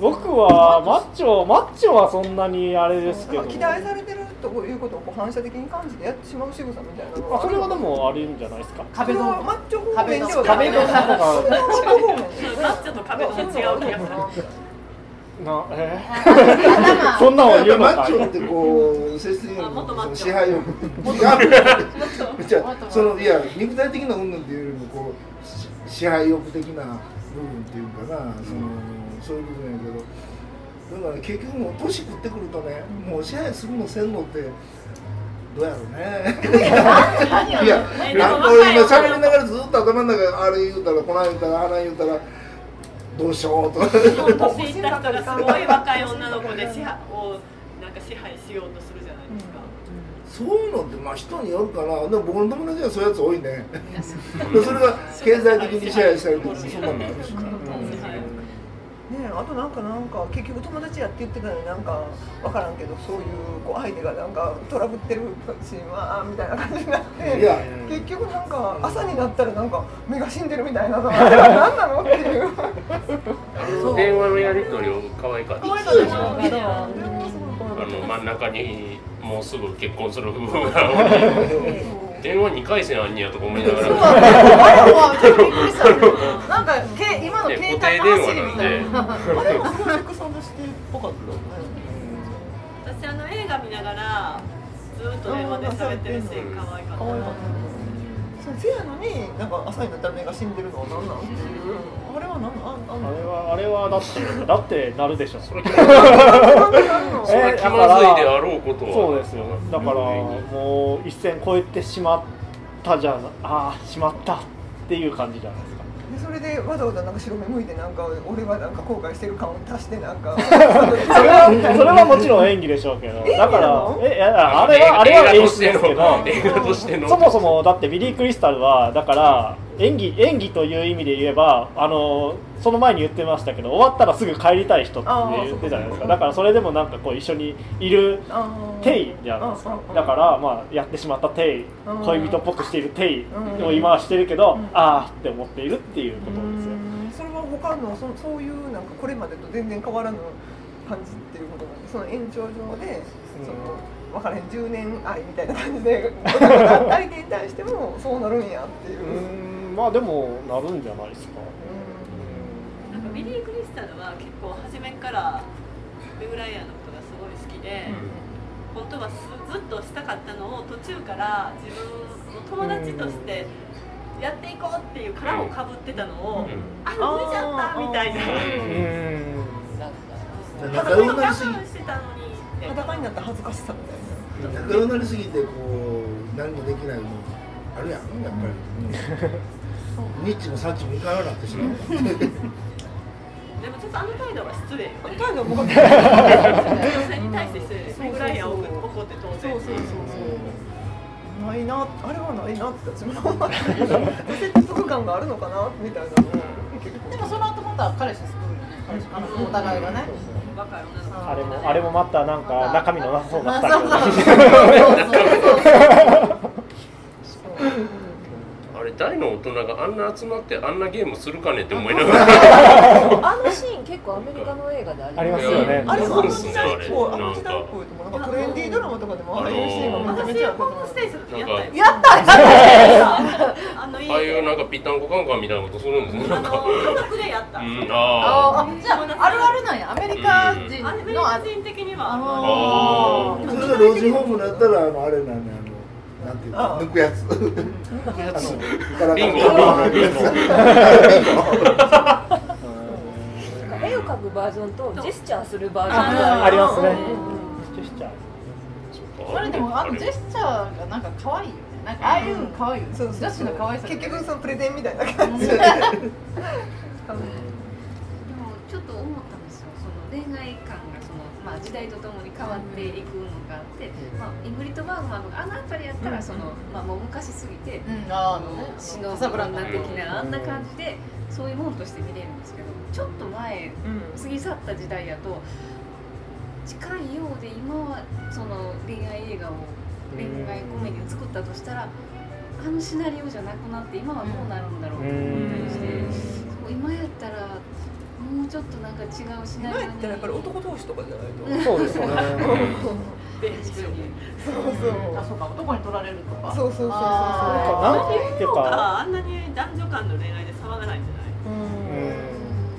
僕はマッチョマッチョはそんなにあれですけなどんか期待されてるということをこう反射的に感じてやってしまう仕草みたいなのあそれはでもあるんじゃないですかそれはマッチョ方面では壁ドンの方がちょっと壁と違う気がする。なえー (laughs) そんなんを言うのマッかチいョってこう性質的なものその支配欲があるじゃあそのいや肉体的な云々っていうよりもこうし支配欲的な部分っていうかなそのそういう部分やけどだから結局もう年食ってくるとねもう支配するのせんのってどうやろうねいやなんか俺今喋りながらずっと頭の中あれ言うたらこない言うたらあない言うたらどうしようとか年いった人がすごい若い女の子で支配をなんか支配しようとするじゃないですか。そういうのってまあ人によるかなでも僕の友達はそういうやつ多いねでそれが経済的に支配したりとかそんなのもあるしねえあとなんかなんか結局友達やって言ってたのになんか分からんけどそういうこう相手がなんかトラブってるシーンはあーみたいな感じになっていや結局なんか朝になったらなんか目が死んでるみたいなのがあれは何なのっていう。電話のやり取りを可愛かったですねあの真ん中にもうすぐ結婚する夫婦 (laughs) がおり電話2回線あんねやとか思いながらなんかけ今の携帯の走りみたいなあれもプロジェクトさんの視点っぽかったよね私あの映画見ながらずっと電話で喋ってるし可愛かったな。そうせやのになんか朝になったら目が死んでるのは何なのっていうあれは何なあんあれんはあれはだってだってなるでしょそれ気まそれ気まずいであろうことはそうですよだからもう一線超えてしまったじゃなああしまったっていう感じじゃないですかでそれでわざわざなんか白目向いてなんか俺はなんか後悔してる感を足してなんかそれ (laughs) はそれはもちろん演技でしょうけどだからえいやあれはあれは映画演とし出てですけのど映画としてのそもそもだってビリー・クリスタルはだから演技演技という意味で言えばあのその前に言ってましたけど終わったらすぐ帰りたい人って言ってたじゃないですかだからそれでもなんかこう一緒にいる定位じゃないですかだからまあやってしまった定位うん恋人っぽくしている定位うをん今はしてるけどああって思っているっていうことですよそれは他のそそういうなんかこれまでと全然変わらぬ感じっていうことなんでその延長上でその分からへん10年愛みたいな感じで相手に対してもそうなるんやっていうーう。んまあでもなるんじゃないですかなんかビリー・クリスタルは結構初めからメグライアンのことがすごい好きで、本当はすずっとしたかったのを途中から自分の友達としてやっていこうっていう殻をかぶってたのを、あ脱いじゃったみたいな。仲裸良のくなりすぎ我慢してたのにって裸になった恥ずかしさみたいな。仲良くなりすぎてこう何もできないのあるやんやっぱり、うん、ニッチもサッチもいかなくなってしまうでもちょっとあの態度は失礼よね。態度は僕は女性に対して失礼です。メグライアンを怒って当然。ないなあれはないなって自分の思って説得感があるのかなみたいなのを結構でもその後また彼氏作るよね彼氏あのお互いがね若い女の子あれもあれもまたなんか中身のなさそうなスタジオそうそうあれ大の大人があんな集まってあんなゲームするかねって思いながらあのシーン結構アメリカの映画であり (laughs) ありますよねあれ、そ本う当でにすね大好あれあの時代っぽいと思う。なんかトレンディードラマとかでも、ああいうシーンがめ私ちゃめちゃはホームステイする時やったよ。やったあの家ああいうで、なんかぴったんこカンカンみたいなことするんですねあなんのか家族でやった。うんあああじゃああるあるなんやアメリカ人アメリのあカ人的には、あのあーあそれで老人ホームだったらあのあれなんねあのなんていうかあ抜くやつあのリンゴリンゴ (laughs) なんか絵を描くバージョンとジェスチャーするバージョンが (laughs) ありますねうジェスチャーそれでもあのジェスチャーがなんか可愛いよねなんかああいうの可愛いよねそうそうそう女子の可愛さ結みたいな局そのプレゼンみたいな感じで。でもちょっと思ったんですよその恋愛観がその、まあ、時代とともに変わっていくのがあって、まあ、イングリッド・バーグマンとかあの辺りやったらその、まあ、もう昔すぎてうんああのね死のカサブラ女ンカ的なあんな感じでそういうもんとして見れるんですけどちょっと前過ぎ去った時代やと近いようで今はその恋愛映画を恋愛コメディを作ったとしたらあのシナリオじゃなくなって今はどうなるんだろうと思ったりしてそう今やったらもうちょっとなんか違うシナ今リオにやったらやっぱり男同士とかじゃないと。そうですよね確かにそうそう。あそうか男に取られるとかそうそうそうそうあーなんていうかあんなに男女間の恋愛で騒がないんじゃない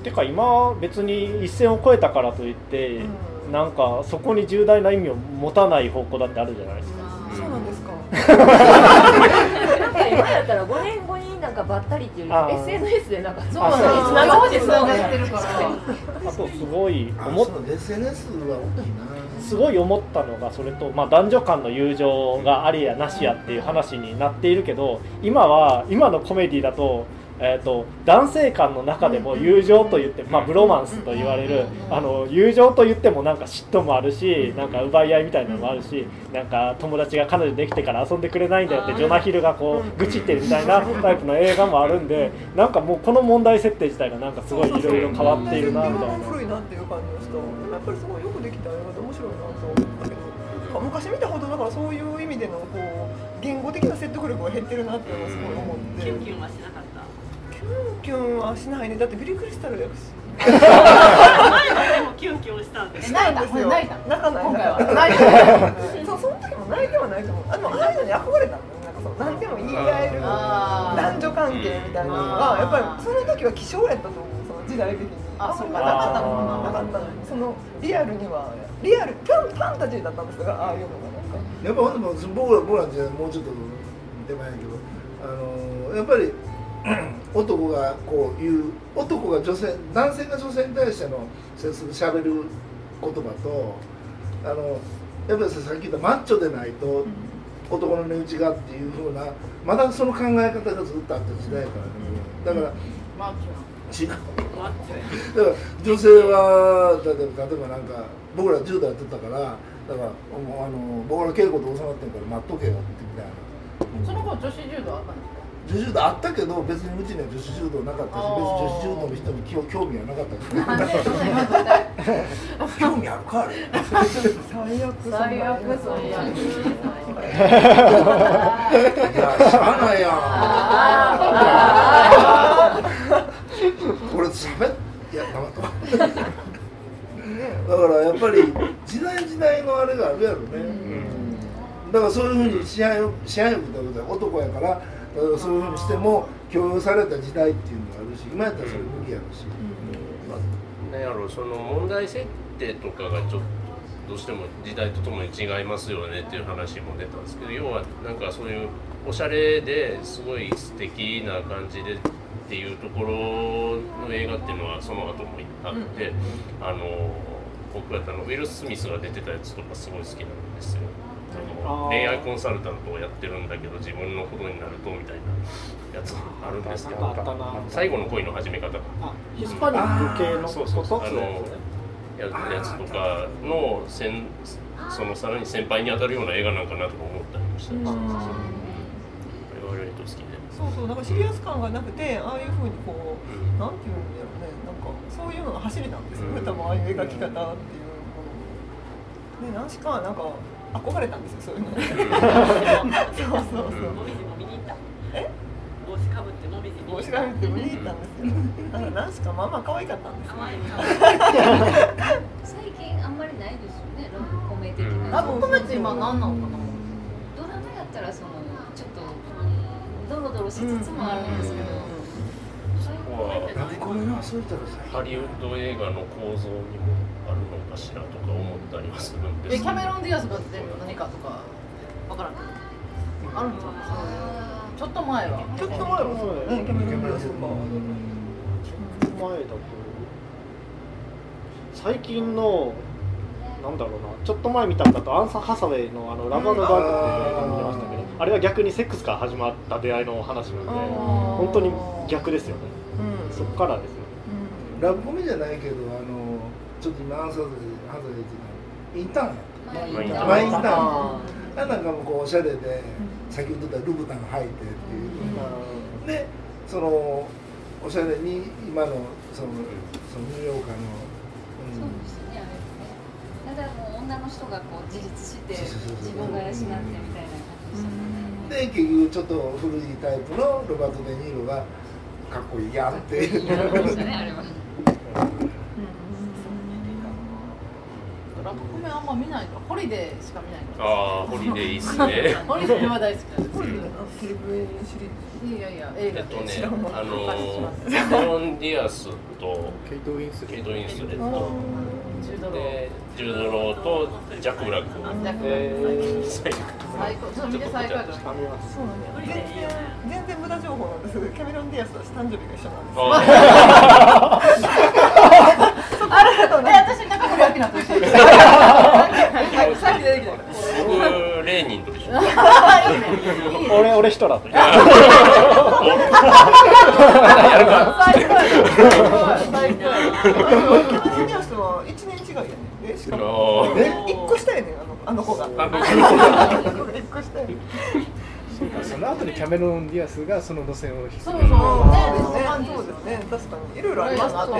うんてか今別に一線を越えたからといって、うんなんかそこに重大な意味を持たない方向だってあるじゃないですか、そうなんですか。なんか今やったら5年後になんかばったりっていうよありー SNS でなんかそうあそうなんですなんか両方でつながってるからあとすごいあ思っそう SNS は大きいなすごい思ったのがそれと、まあ、男女間の友情がありやなしやっていう話になっているけど今は今のコメディだと,、えー、と男性間の中でも友情と言って、まあ、ブロマンスと言われるあの友情と言ってもなんか嫉妬もあるしなんか奪い合いみたいなのもあるしなんか友達が彼女できてから遊んでくれないんだよってジョナヒルがこう愚痴ってるみたいなタイプの映画もあるんでなんかもうこの問題設定自体がなんかすごいいろいろ変わっているなみたいな。古いなっていう感じがした。でもやっぱりすごいよくできた映画で面白いなと思ったけど。昔見たほどだからそういう意味でのこう言語的な説得力が減ってるなっていうのはすごい思ってキュンキュンはしなかったキュンキュンはしないねだってビリー・クリスタルやし前はでもキュンキュンしたんでえ泣いたこれ泣い (laughs) た泣かない今回は泣か泣いたないそうその時も泣いてはないと思うあでもああいうのに憧れたんだよなんかそう何でも言い合えるあー男女関係みたいなのがうんやっぱりその時は希少やったと思うその時代的にあそうかんまりなかったもんなあーなかったのにそのリアルにはリアルファンファンタジーだったんですがああいうのがなんかやっぱほんでも僕ら僕らの時代もうちょっと出前やけどあのーやっぱり (clears throat) 男がこういう男が女性男性が女性に対しての接するしゃべる言葉とあのやっぱりささっき言ったマッチョでないと男の値打ちがっていうふうなまだその考え方がずっとあった時代やからねだからマッチョ違う待ってだから女性はだって例えばなんか僕ら10代やってたからだからもうあの僕ら稽古と収まってんから待っとけよってみたいなその頃女子柔道あったんですか女子柔道あったけど別にうちには女子柔道なかったしあー別に女子柔道の人に興興味はなかったなんでそんなん言わんといてけど興味あるかあれ最悪そんな最悪そうやんいやしゃあないやあん俺喋ってやったわとだからやっぱり時代時代のあれがあるやろね、だからそういうふうに支配欲支配欲ってことは男やからだからそういうふうにしても共有された時代っていうのがあるし今やったらそれ無理やろし、なんやろうその問題設定とかがちょっとどうしても時代とともに違いますよねっていう話も出たんですけど要はなんかそういうおしゃれですごい素敵な感じでっていうところの映画っていうのはその後もあって、あの僕はあのウィル・スミスが出てたやつとかすごい好きなんですよ。あのあー恋愛コンサルタントをやってるんだけど自分のことになるとみたいなやつがあるんですけなんどかあったな最後の恋の始め方かあヒスパニック系のそうそうそうこあとのややつとかの先そのさらに先輩に当たるような映画なんかなとか思ったりもしたりして我々と好きで、そうそうなんかシリアス感がなくてああいうふうにこうなんていうんだろうねなんかそういうのが走りなんですよね多分ああいう描き方っていうものに。で何しかなんか (laughs) 憧れたんですよそういうの。そうそうそう。もみじも見に行った帽子かぶってもみじに帽子が見ても逃げたんですよあのなんすかまあまあ可愛かったんですよ可愛い可最近あんまりないですよねラブコメ的うんなラブコメって今何なのかなドラマやったらそのちょっとうんドロドロしつつもあるんですけど、はラブコメのそういったら最ハリウッド映画の構造にもあるのかしらとか思ったりはするんでえすキャメロン・ディアスが出てるの何かとかわからんあるんじゃないちょっと前はちょっと前もそうだよねキャメロン・ディアスとか前だと最近のなんだろうなちょっと前見たんだとアンサン・ハサウェイの「あのラバーのバーグ」っていう映画見てましたけどあれは逆にセックスから始まった出会いの話なので本当に逆ですよねうんそこからですよね (laughs) うラブコメじゃないけどあのちょっと今アンサーでハサウェイっていうのはインターンや前まあいいんにマだインターンなんかもうこうおしゃれで先ほど言ったルブタン履いてっていうでそのおしゃれに今のそのそのニューヨーカーの、うんそうですよねあれってただもう女の人がこう自立してそうそうそうそう自分が養ってみたいな感じでしたで結局ちょっと古いタイプのロバート・デ・ニーロがかっこいいやんっていういい話でしたねあれはラブコメあんま見ないからホリデーしか見ないからああホリデーいいっすねホリデーは大好きだしこれテレビシリーいやいや映え画っとでね知らんわあの感じしますーキャメロン・ディアスとケイト・ウィンスケイト・インスレッズトジュードローでジュード・ローとジャック・ブラックジャックえ最後最高ちょっと見て最高やとー、あります全然全然無駄情報なんですけどキャメロン・ディアスと私誕生日が一緒なんですよああるほどね私中森明菜と一緒にはいさっき出てきたからー僕レーニンと一緒にあいいねいいね俺俺ヒトラーと最高やね最高やねキャメロン・ディアスは1年違いやねでしかもあー1個下やねんあのあの子があ僕1個下やねん (laughs) その後にキャメロン・ディアスがその路線を引くそうそうそうですね。そそううでですすねね。確かにいろいろありますね。うん。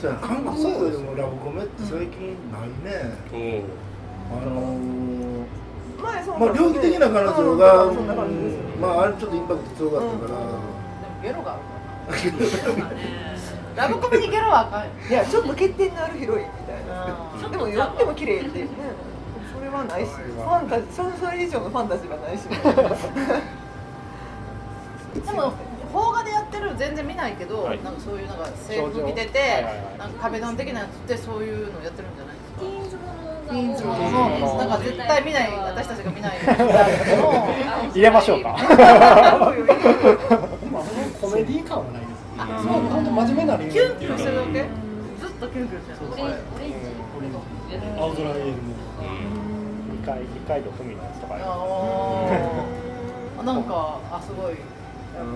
そうや韓国映画でもラブコメって最近ないね、うんあのー前そうまあ、猟奇的な彼女が、そんな感じですよね。まあ、あれちょっとインパクト強かったから、ゲロがあるからラブコメにゲロはあかんよいやちょっと欠点のあるヒロインみたいな。あでも寄っても綺麗っていうね。それはないし、ファンタジーそれそれ以上のファンタジーはないし。 (laughs) ーでも邦画でやってる全然見ないけど、はいなんかそういうなんか制服着てて、なんか壁ドン的なやつってそういうのやってるんじゃないですかティーンズティーンズもものが多いですねのなんか絶対見ない私たちが見ないの (laughs) 入れましょう (laughs) かまあコメディ感はないですねあそう本当真面目な理由キュンキュンしてるだけずっとキュンキュンしてるオレンオレンジ青空エールも二階二階堂ふみのやつとかありますあーなんかあすごい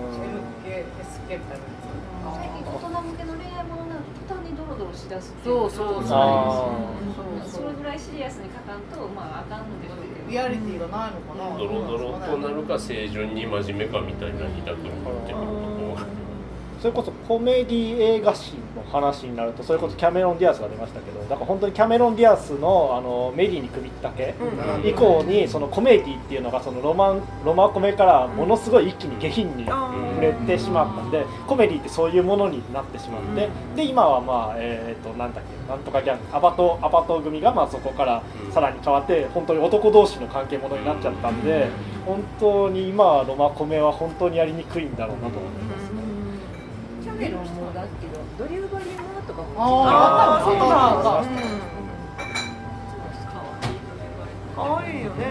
MKSK みたいなや最近大人向けの恋愛ものなんて途端にドロドロしだつすっていそうそうそうあそそうれそぐらいシリアスに書かんとまああかんのでしょうけどうリアリティがないのかなドロドロとなるか清純に真面目かみたいな二択になってくるとこそれこそコメディ映画史の話になるとそれこそキャメロン・ディアスが出ましたけどだから本当にキャメロン・ディアスのあのメリーに首ったけん以降にそのコメディっていうのがそのロマンロマコメからものすごい一気に下品に触れてしまったんでコメディってそういうものになってしまってで今はまあえっ、となんだっけなんとかギャングアバトアバト組がまあそこからさらに変わって本当に男同士の関係ものになっちゃったんで本当に今はロマコメは本当にやりにくいんだろうなと思います。キャメロンもだけどドリューバリーものとかもああそうなんあだったあったあっ。可愛いよね。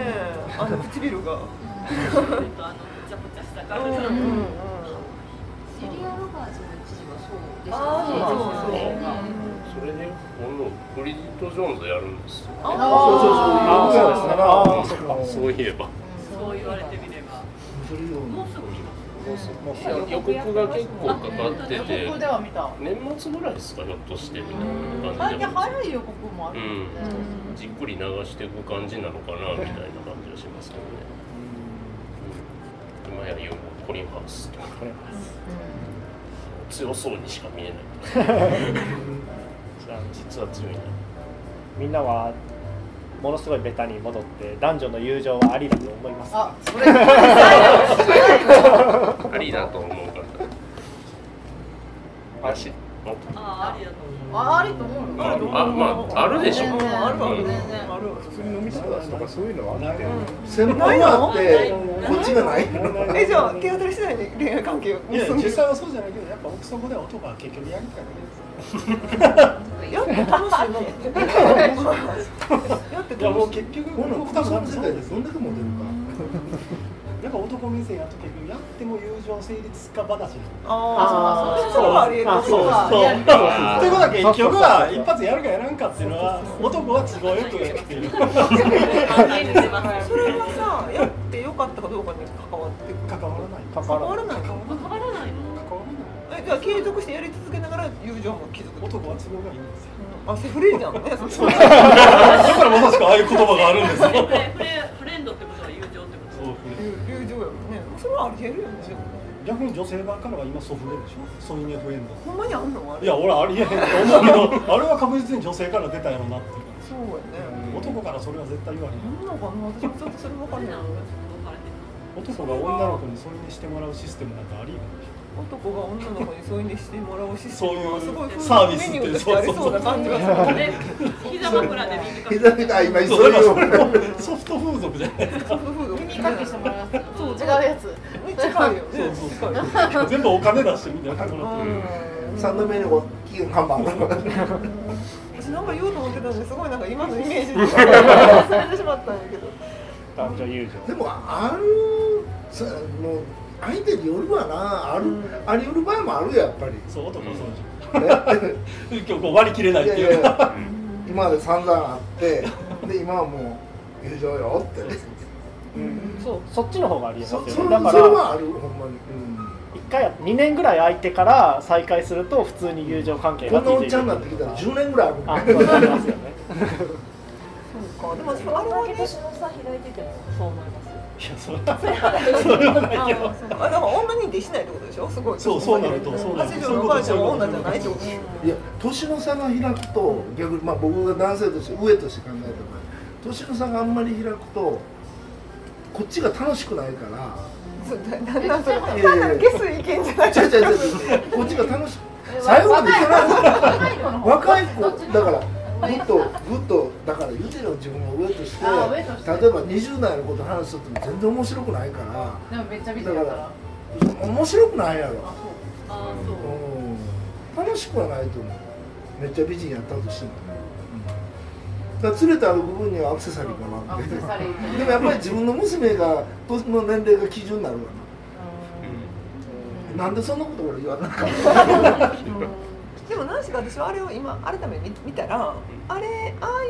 あの唇が。とあのぽちゃぽちゃしたう感んうんじうジん。ュリア・ロバーツの一時はそうでしたあーそうそうねろそれで今度ブリジット・ジョーンズやるんですよあーそうですねあーそっかそういえばそう言われてみればもうすぐ来ます予告が結構かかってった予て告では見た年末ぐらいですかひょっとしてみたいな最感じ近で早い予告もあるよねうんじっくり流していく感じなのかなみたいな感じはしますけどねうん今や言うコリン・ハースとか強そうにしか見えない実は強いなみんなはものすごいベタに戻って男女の友情はありだと思いますあ、それ。はありだと思うから。あし、もっとああ、ありだと思う。あ、ありと思うの。ああまああるでしょ全然あるわうん全然あるわ普通に飲みたくなるとかそういうのはあって専門はあってこっちがないのえじゃあ気当たり次第に恋愛関係をいや結んで実際はそうじゃないけどやっぱ奥底では男は結局やるからねやって楽しいなやっていやも楽うしい結局この僕奥さ多ん分そ世う界でですどんだけモテるかやっぱ男目線やと結局やっても友情成立か話にああそうはありえあるそうはそうあということは結局そうはそうそう一発やるかやらんかっていうのは男は都合よくっていうそれはさやってよかったかどうかに関わってくる関わらない関関わわららない関わら変わらないの。かえじゃあ継続してやり続けながら友情も築くない男は都合がいいんですよあセフレじゃんねそうだからまさしくああいう言葉があるんですよフレフレフレンドってことは友情ってこと。友情やもんねそれはありえるよね逆に女性版からは今ソフレでしょソイネフエンドほんまにあんのあれいや俺ありえへんと思うけどあれは確実に女性から出たやろなっていうそうやね男からそれは絶対言われへんなんのかな私もちょっとそれ分かんない男が女の子に添い寝してもらうシステムなんてありえな男が女の子に添い寝してもらうシステそうムいはうすごいサービスってメニューとしてありそうな感じがするで膝枕で耳左かき。が今い急そうだからそいよれ (laughs) もソフト風俗じゃないですかソフトフード耳かきしてもらってそう違う違うやつ。近いよねそうそう全部お金出してみたいなところうん三度目にこう金看板私なんか言おうと思ってたんですごいなんか今のイメージで忘れてしまったんやけど男女友でもあるさもう相手によるわなある、ありよる場合もあるやっ (laughs) ぱりそう男はそうじねゃん今日こう割り切れないっいてやいいやいうかや今まで散々あってで今はもう友情よってね情そうそっちの方がありえますよそそれねそれだからはあるほんまに、うん一回や2年ぐらい空いてから再会すると普通に友情関係こがんなおっ続いちてゃいんになってきたら10年ぐらいあるもあんそうねなりますよねそうかでも私あれはね年の差開いててもそう思いますいよやそれはそれはないけど (laughs) あだから女認定しないってことでしょすごいそうそうなるとそうなると80のおばあちゃんは女じゃないってことでし (laughs) ょいや年の差が開くと逆に、まあ、僕が男性として上として考えた場合年の差があんまり開くとこっちが楽しくないからそうだだんだんそれいやいや単なるゲス意見じゃない違う違う違う違うこっちが楽しく最後までいけない若い子の方若い子だからぐっとぐっとだから言うてよ自分を上としてあ上として例えば20代のこと話しとっても全然面白くないかでもめっちゃ見てるからら面白くないやろ、ああ、そうう。ん、楽しくはないと思うめっちゃ美人やったとしても、うん、だから連れて歩く分にはアクセサリーかなアっクてセサリーでもやっぱり自分の娘が年の年齢が基準になるわな、なんでそんなこと俺言わなかったでも何しか私はあれを今改めて見たらあれああい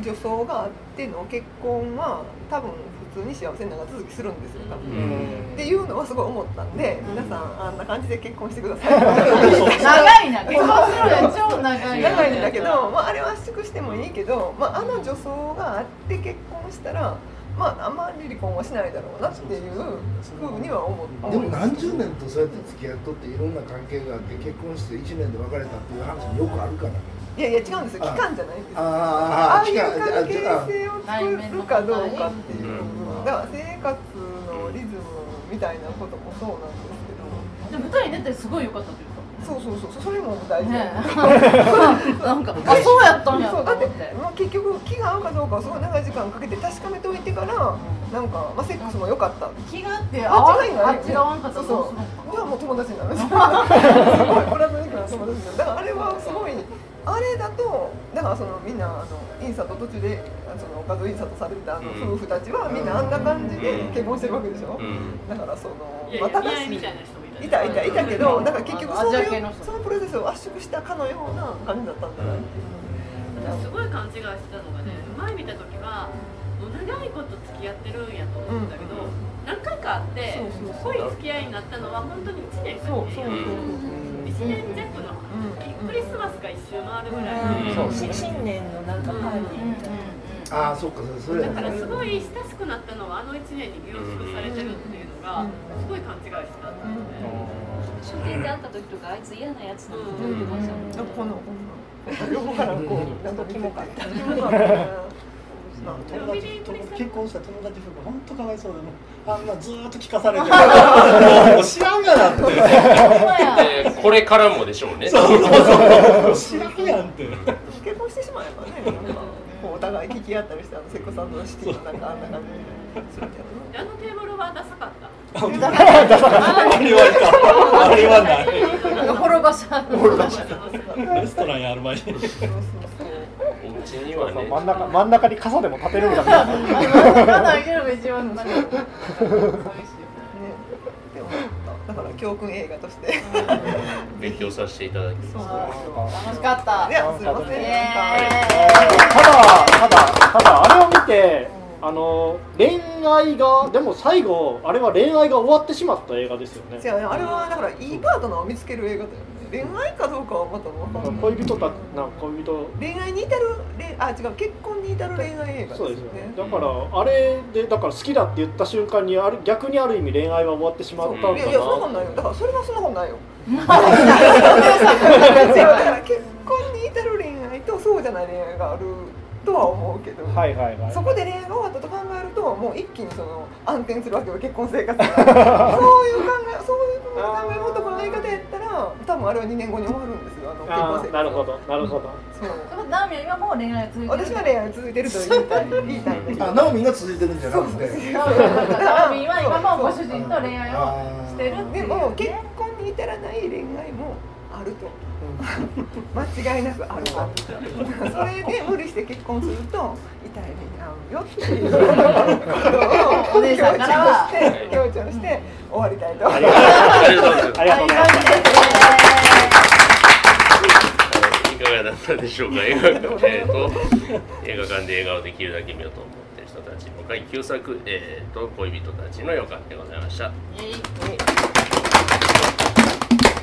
う女装があっての結婚は多分普通に幸せに長続きするんですよ多分、っていうのはすごい思ったんで皆さんあんな感じで結婚してください長いな結婚するのに超長いな長いんだけど、まあ、あれは圧縮してもいいけど、まあ、あの女装があって結婚したら、まあ、あんまり離婚はしないだろうなっていうふうには思ったでも何十年とそうやって付き合っとっていろんな関係があって結婚して1年で別れたっていう話もよくあるからいやいや違うんですよ期間じゃないんですよあああいう関係あ性を作るかどうかっていうのが生活のリズムみたいなこともそうなんででも舞台に出てすごい良かったというかすけどそうそうそうそれも大事ね (laughs) えなんかあそうやったんやとそう思だっってて、まあ、結局気が合うかどうかをすごい長い時間かけて確かめておいてからなんか、まあ、セックスも良かった気があって合わないああっっちちがが合合わわんんかかっったたららどどううすするるいやもう友達になるすごいプラトニックな友達になるだからあれはすごいあれだとだからそのみんなあのインサート途中であそのおかずインサートされてたあのうん夫婦たちはみんなあんな感じでうん結婚してるわけでしょうんだからそのいやいや、私見合いみたいな人もいた。いたいたいたけどなんか結局そアれジア系をの人そのプロセスを圧縮したかのような感じだったんじゃない私すごい勘違いしてたのがね前見た時はもう長いこと付き合ってるんやと思ったけど、うん何回かあってそうそ濃いう付き合いになったのは本当に1年かそう2そう年そうや1年弱の、うんクリスマスが1周回るぐらいで、うんし新年のなんかパーティーみたいなああそっかそれだやからねすごい親しくなったのはあの1年に凝縮されてるっていうのがすごい勘違いしてたんだよね、書店で会った時とかあいつ嫌なやつだってう言ってましたもんなんかこのこんな横からこうなんかキモかったキモかったねな友達と結婚した友達夫婦本当かわいそうでもうあんなずーっと聞かされてもう知らんがなってでこれからもでしょうねそうそうそう知らんやんって結婚してしまえばねなんかこうお互い聞き合ったりしてあの瀬古さんのシティのなんかあんな感じにするけどあのテーブルはダサかったあれはあれはない滅ばしゃ滅ばしゃレストランやる前にお家にはね真ん中真ん中に傘でも立てるみたいなまだ開けるのが一番なんかねでもだから教訓映画として勉強させていただきま楽すしかったねすいませんなんかただただただあれを見てあの恋愛がでも最後あれは恋愛が終わってしまった映画ですよね違うねあれはだからいいパートナーを見つける映画だよね恋愛かどうかはまた分かんない恋人たなんか恋人恋愛に至る恋あ違う結婚に至る恋愛映画ですそようですよねねだからあれでだから好きだって言った瞬間にある逆にある意味恋愛は終わってしまったんだいなやいやそんなことないよだからそれはそんなことな (laughs) いよだから結婚に至る恋愛とそうじゃない恋愛があるとは思うけど、はいはいはいそこで恋愛が終わったと考えるともう一気にその暗転するわけよ結婚生 (laughs) 活がそういう考えそういう考え方この言い方やったら多分あれは2年後に終わるんですよあの結婚あ生活ーなるほどなるほ (laughs) どそうナミは今もう恋愛続いてる私は恋愛続いてると言いたい言いたいんだけどあ、ナオミが続いてるんじゃなくて。ナミは今もご主人と恋愛をしてるっていでうも結婚に至らない恋愛もあると間違いなくあるわそれで無理して結婚すると痛い目に遭うよっていうことをお姉さんからは強調して強調して終わりたいと思います。ありがとうございますありがとうございますいかがだったでしょうか映画館,、えー、と映画館で映画をできるだけ見ようと思ってる人たちの会旧作、えー、と恋人たちの予感でございました。えい